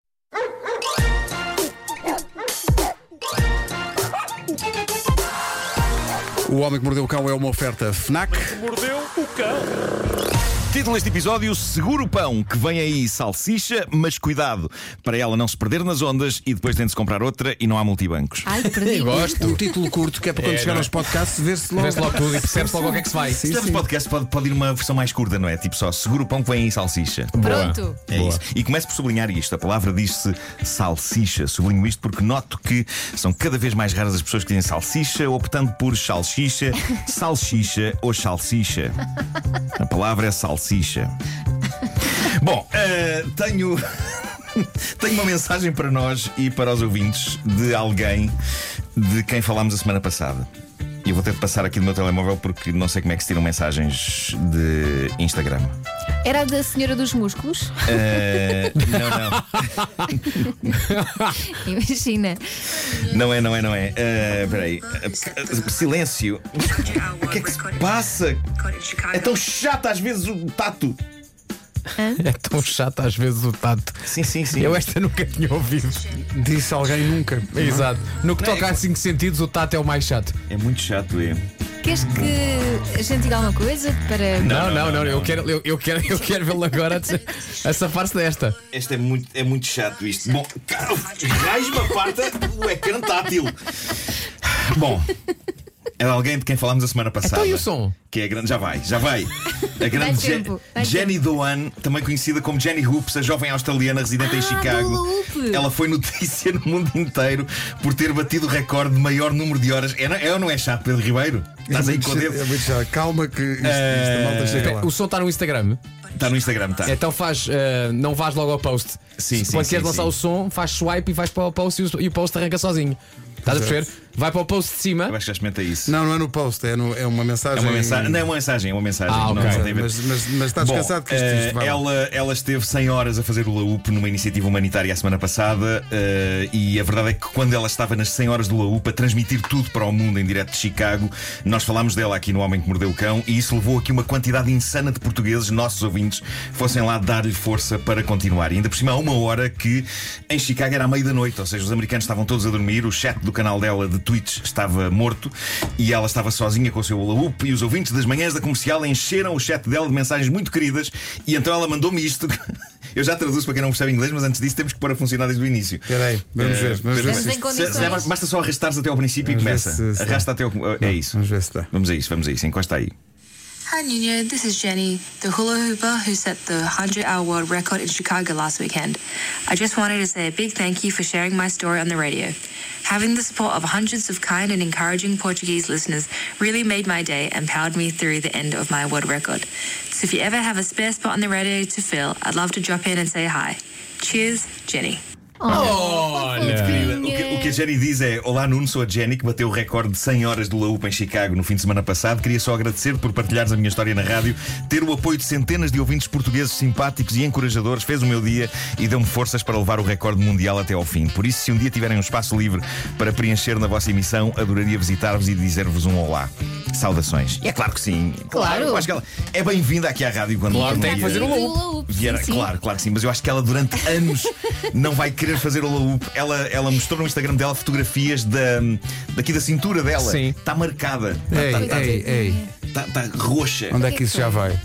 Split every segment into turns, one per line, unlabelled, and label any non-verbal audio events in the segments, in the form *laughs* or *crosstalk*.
é
O Homem que Mordeu o Cão é uma oferta FNAC.
Mordeu o cão.
Título deste episódio: Seguro Pão, que vem aí salsicha, mas cuidado para ela não se perder nas ondas e depois tem de se comprar outra e não há multibancos. *laughs*
Ai, perdi.
Um título curto que é para quando chegar aos podcasts ver-se logo.
Vê-se logo tudo e percebes logo o que é que se vai.
Sim,
Se tivermos
sim.
podcast, pode, pode ir uma versão mais curta, não é? Tipo só Seguro Pão, que vem aí salsicha.
Pronto.
É isso. E começo por sublinhar isto. A palavra diz-se salsicha. Sublinho isto porque noto que são cada vez mais raras as pessoas que dizem salsicha, optando por salsicha, salsicha ou salsicha. A palavra é salsicha. Bom, eh, tenho. *laughs* Tenho uma mensagem para nós e para os ouvintes de alguém de quem falámos a semana passada. E eu vou ter de passar aqui do meu telemóvel porque não sei como é que se tiram mensagens de Instagram.
Era a da Senhora dos Músculos? *laughs*
Eh, não, não.
Imagina.
Não é, não é, não é. Ah, Espera aí. Ah, ah, silêncio. O que é que se passa? É tão chato às vezes o tato.
É tão chato às vezes o tato.
Sim, sim, sim.
Eu esta nunca tinha ouvido.
Disse alguém nunca.
Exato. No que
Não, é
toca a cinco sentidos, o tato é o mais chato.
É muito chato, é.
Queres que a gente diga alguma coisa para.
Não, não,
não,
não,
não.
Eu quero, eu, eu quero, eu quero vê-lo agora a se- a safar-se desta.
Este é muito, é muito chato isto. Bom, cara, mais uma parte do ecrã tátil. Bom, é alguém de quem falámos a semana passada.
Então e o som?
Que é a grande. Já vai, já vai. A grande Je-
tempo, dá
Jenny Doan, também conhecida como Jenny Hoops, a jovem australiana residente em
Ah,
Chicago.
Bela Hoop.
Ela foi notícia *laughs* no mundo inteiro por ter batido o recorde de maior número de horas. É, não- é ou não é chato, Pedro Ribeiro? Estás aí com o dedo?
É muito chato. Calma que isto, isto
Eh,
a malta chega É lá.
O som está no Instagram.
Está no Instagram, tá. está.
Então faz. eh, não vais logo ao post.
Sim, sim,
Quando
sim,
queres lançar
sim.
o som, faz swipe e vais para o post e o, e o post arranca sozinho. Estás a perceber? Vai para o post de
Eu
cima.
acho que já experimenta isso.
Não, não é no post, é, no- é uma
É
mensagem.
uma mensagem. Não é uma mensagem, é uma mensagem.
Ah,
não,
ok.
não tem a ver-
Mas, mas, mas está
Bom,
descansado que isto, isto
eh,
vai. lá.
ela, ela esteve 100 horas a fazer o Laup numa iniciativa humanitária a semana passada eh, e a verdade é que quando ela estava nas 100 horas do Laup a transmitir tudo para o mundo em direto de Chicago, nós falámos dela aqui no Homem que Mordeu o Cão e isso levou a que uma quantidade insana de portugueses, nossos ouvintes, fossem lá dar-lhe força para continuar. E ainda por cima, há uma hora que em Chicago era à meia da noite, ou seja, os americanos estavam todos a dormir, o chat do canal dela de tweets estava morto e ela estava sozinha com o seu Laup e os ouvintes das manhãs da comercial encheram o chat dela de mensagens muito queridas e então ela mandou-me isto. *laughs* Eu já traduzo para quem não percebe inglês, mas antes disso temos que pôr a funcionar desde o início.
Espera aí, vamos ver, vamos
Pedro,
ver
se
se-
isto-
se- se- Basta só arrastar-se até ao princípio
Vamos
e
ver
começa.
se- se dá.
Arrasta até ao. É isso.
Vamos ver se dá.
Vamos a isso, vamos a isso. Encosta aí.
Hi, Nuno. This is Jenny, the hula hooper who set the 100 hour world record in Chicago last weekend. I just wanted to say a big thank you for sharing my story on the radio. Having the support of hundreds of kind and encouraging Portuguese listeners really made my day and powered me through the end of my world record. So if you ever have a spare spot on the radio to fill, I'd love to drop in and say hi. Cheers, Jenny.
O que, o que a Jenny diz é: Olá, Nuno, sou a Jenny que bateu o recorde de 100 horas do Laup em Chicago no fim de semana passado. Queria só agradecer por partilhares a minha história na rádio, ter o apoio de centenas de ouvintes portugueses simpáticos e encorajadores, fez o meu dia e deu-me forças para levar o recorde mundial até ao fim. Por isso, se um dia tiverem um espaço livre para preencher na vossa emissão, adoraria visitar-vos e dizer-vos um olá. Saudações. E é claro que sim.
Claro.
Eu acho que ela é bem-vinda aqui à rádio quando
Claro,
quando
tem que
vier.
fazer um o Laup.
Laup,
Vier-
sim, sim.
Claro, claro que sim, mas eu acho que ela
*laughs*
durante anos não vai querer fazer o Laup. Ela, ela mostrou no Instagram dela fotografias da, daqui da cintura dela.
Sim.
Está marcada.
Ei,
Está tá,
ei, ei,
tá- tá roxa.
onde é que isso já vai?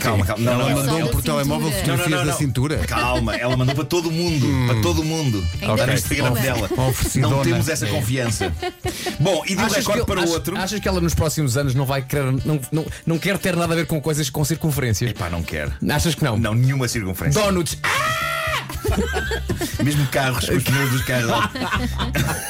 Calma, calma. Não, não,
Ela
ela-
mandou
da
por telemóvel
cintura.
fotografias
Não, não, não,
da
não.
cintura.
Calma, ela mandou para todo mundo. Para todo mundo.
Ainda
Está no
bem.
Instagram dela.
Oferecidona.
Não temos essa confiança. Bom, e de um recorde
ele-
para o
achas-
outro.
achas que ela nos próximos anos não vai querer. Não, não, não quer ter nada a ver com coisas com circunferências?
Epá, não quer.
Achas que não?
Não, nenhuma circunferência.
Donuts!
Mesmo carros, com os pneus dos carros.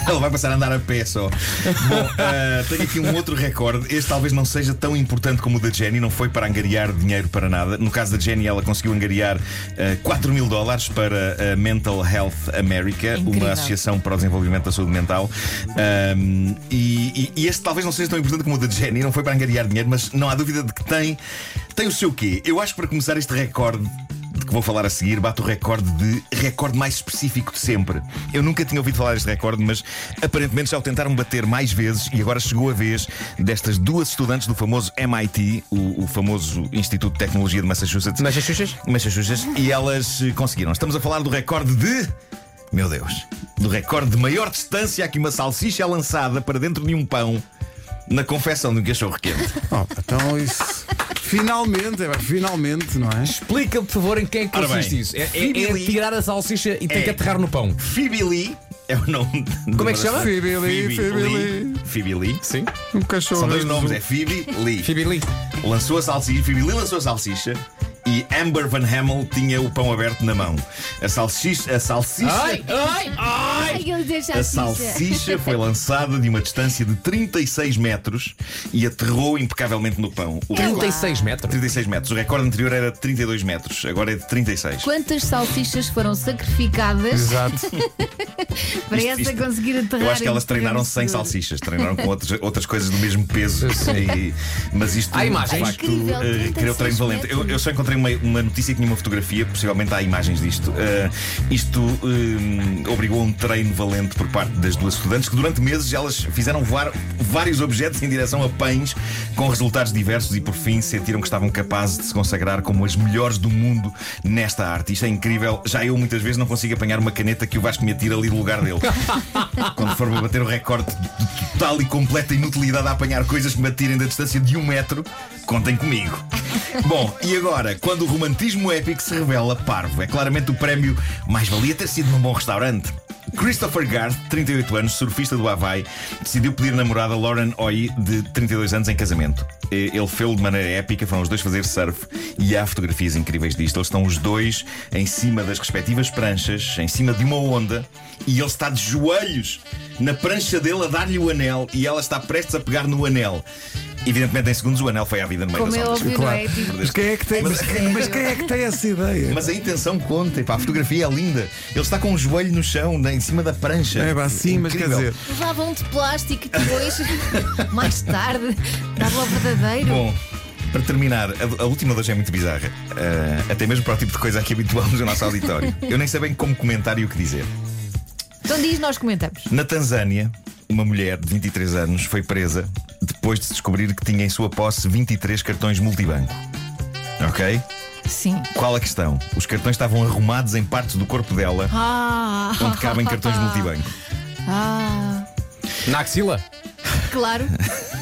Ele vai passar a andar a pé só. Bom, ah, tenho aqui um outro recorde. Este talvez não seja tão importante como o da Jenny, não foi para angariar dinheiro para nada. No caso da Jenny, ela conseguiu angariar ah, 4 mil dólares para a Mental Health America,
Incrível.
uma associação para o desenvolvimento da saúde mental. Ahm, e, e- e este talvez não seja tão importante como o da Jenny, não foi para angariar dinheiro, mas não há dúvida de que tem, tem o seu quê. Eu acho que para começar este recorde de que vou falar a seguir bate o recorde de recorde mais específico de sempre. Eu nunca tinha ouvido falar deste recorde, mas aparentemente já o tentaram bater mais vezes e agora chegou a vez destas duas estudantes do famoso MIT, o, o famoso Instituto de Tecnologia de Massachusetts.
Massachusetts?
Massachusetts. E elas eh, conseguiram. Estamos a falar do recorde de. Meu Deus! Do recorde de maior distância a que uma salsicha é lançada para dentro de um pão na confecção de um cachorro quente.
Oh, então isso. Finalmente, é, pá, finalmente, não é?
Explica, por favor, em quem é que
Ora
consiste
bem,
isso. É, é-
Phoebe
é
Lee-
tirar a salsicha e tem
É.
que aterrar no pão.
Phoebe Lee é o nome.
Como é que chama?
Phoebe Lee, Phoebe
Lee. Phoebe Lee. Sim.
Um cachorro.
São dois
azul.
nomes, é Phoebe Lee.
Phoebe Lee.
lançou a salsicha, Phoebe Lee lançou a salsicha e Amber Van Hamel tinha o pão aberto na mão. A salsicha, a salsicha,
Ai, ai, ai!
Ai, eu deixo
a salsicha foi lançada de uma distância de 36 metros e aterrou impecavelmente no pão. O recorde-
36 metros.
36 metros. O recorde anterior era de 32 metros, agora é de 36.
Quantas salsichas foram sacrificadas
Exato.
para
Isto-
essa
isto-
conseguir aterrar?
Eu acho que
em
elas treinaram sem
vencedor?
salsichas, treinaram com outras, outras coisas do mesmo peso. E- mas isto,
Há
de
imagens?
facto,
Incrível,
eh,
36
criou treino valente. Eu, eu só encontrei uma, uma notícia que tinha uma fotografia, possivelmente há imagens disto. Eh, isto eh, obrigou a um treino valente por parte das duas estudantes, que durante meses elas fizeram voar vários objetos em direção a pães, com resultados diversos, e por fim sentiram que estavam capazes de se consagrar como as melhores do mundo nesta arte. Isto é incrível. Já eu muitas vezes não consigo apanhar uma caneta que o Vasco me atira ali do lugar dele. Quando for para bater o recorde de de total e completa inutilidade a apanhar coisas que me atirem da distância de um metro, contem comigo. Bom, e agora, quando o romantismo épico se revela parvo, é claramente o prémio mais valia ter sido num bom restaurante. Christopher Garth, 38 anos, surfista do Havaí, decidiu pedir a namorada Lauren Oi, de 32 anos, em casamento. E- Ele fez de maneira épica, foram os dois fazer surf e há fotografias incríveis disto. Eles estão os dois em cima das respectivas pranchas, em cima de uma onda, e ele está de joelhos na prancha dele a dar-lhe o anel e ela está prestes a pegar no anel. Evidentemente, em segundos, o anel foi à vida no meio
Como
das
é
ondas.
óbvio, não é? Tipo,
Mas quem é que tem, mas, mas quem é que tem essa ideia?
Mas a intenção conta, e pá, a fotografia é linda. Ele está com o joelho no chão, né, em cima da prancha.
É pá, sim, mas quer
Incrível.
dizer.
levavam um de plástico e
*laughs*
depois, mais tarde, dava ao verdadeiro.
Bom, para terminar, a, a última de hoje é muito bizarra. Ah, até mesmo para o tipo de coisa a que habituamos o nosso
*laughs*
auditório. Eu nem sei bem como comentar e o que dizer.
Então diz, nós comentamos.
Na Tanzânia, uma mulher de 23 anos foi presa depois de se descobrir que tinha em sua posse 23 cartões multibanco. Ok?
Sim.
Qual a questão? Os cartões estavam arrumados em partes do corpo dela
Ah, *laughs*
onde cabem cartões multibanco.
ah,
Na axila?
*laughs*
claro.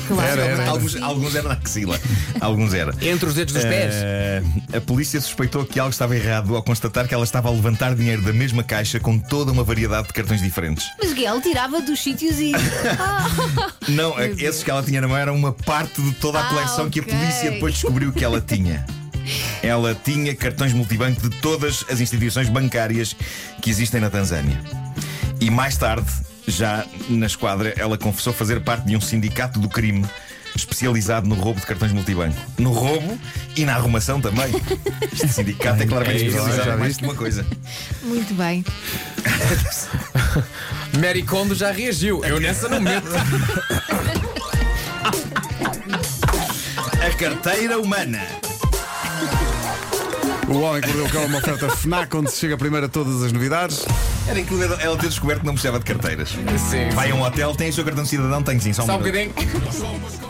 claro.
Alguns, alguns eram na
*laughs*
axila, alguns era.
Entre os dedos dos pés?
Eh, a polícia suspeitou que algo estava errado ao constatar que ela estava a levantar dinheiro da mesma caixa com toda uma variedade de cartões diferentes.
Mas que ele tirava dos sítios e.
Não, eh, esses que ela tinha na mão eram uma parte de toda a
Ah,
coleção que
ok.
a polícia depois descobriu que ela tinha. Ela tinha cartões multibanco de todas as instituições bancárias que existem na Tanzânia. E mais tarde, já na esquadra, ela confessou fazer parte de um sindicato do crime especializado no roubo de cartões multibanco. No roubo e na arrumação também. Este sindicato é claramente
é isso,
especializado
já
em mais de uma coisa.
*laughs* Muito bem.
Mary Kondo já reagiu. Eu nessa não meto.
A carteira humana.
O Homem que Mordeu o Cão é uma oferta FNAC onde se chega primeiro a todas as novidades.
Era incrível ela ter descoberto que não precisava de carteiras.
Sim.
Vai a um hotel, tem o seu cartão de cidadão, tem sim, só um
Só um
minuto.
bocadinho.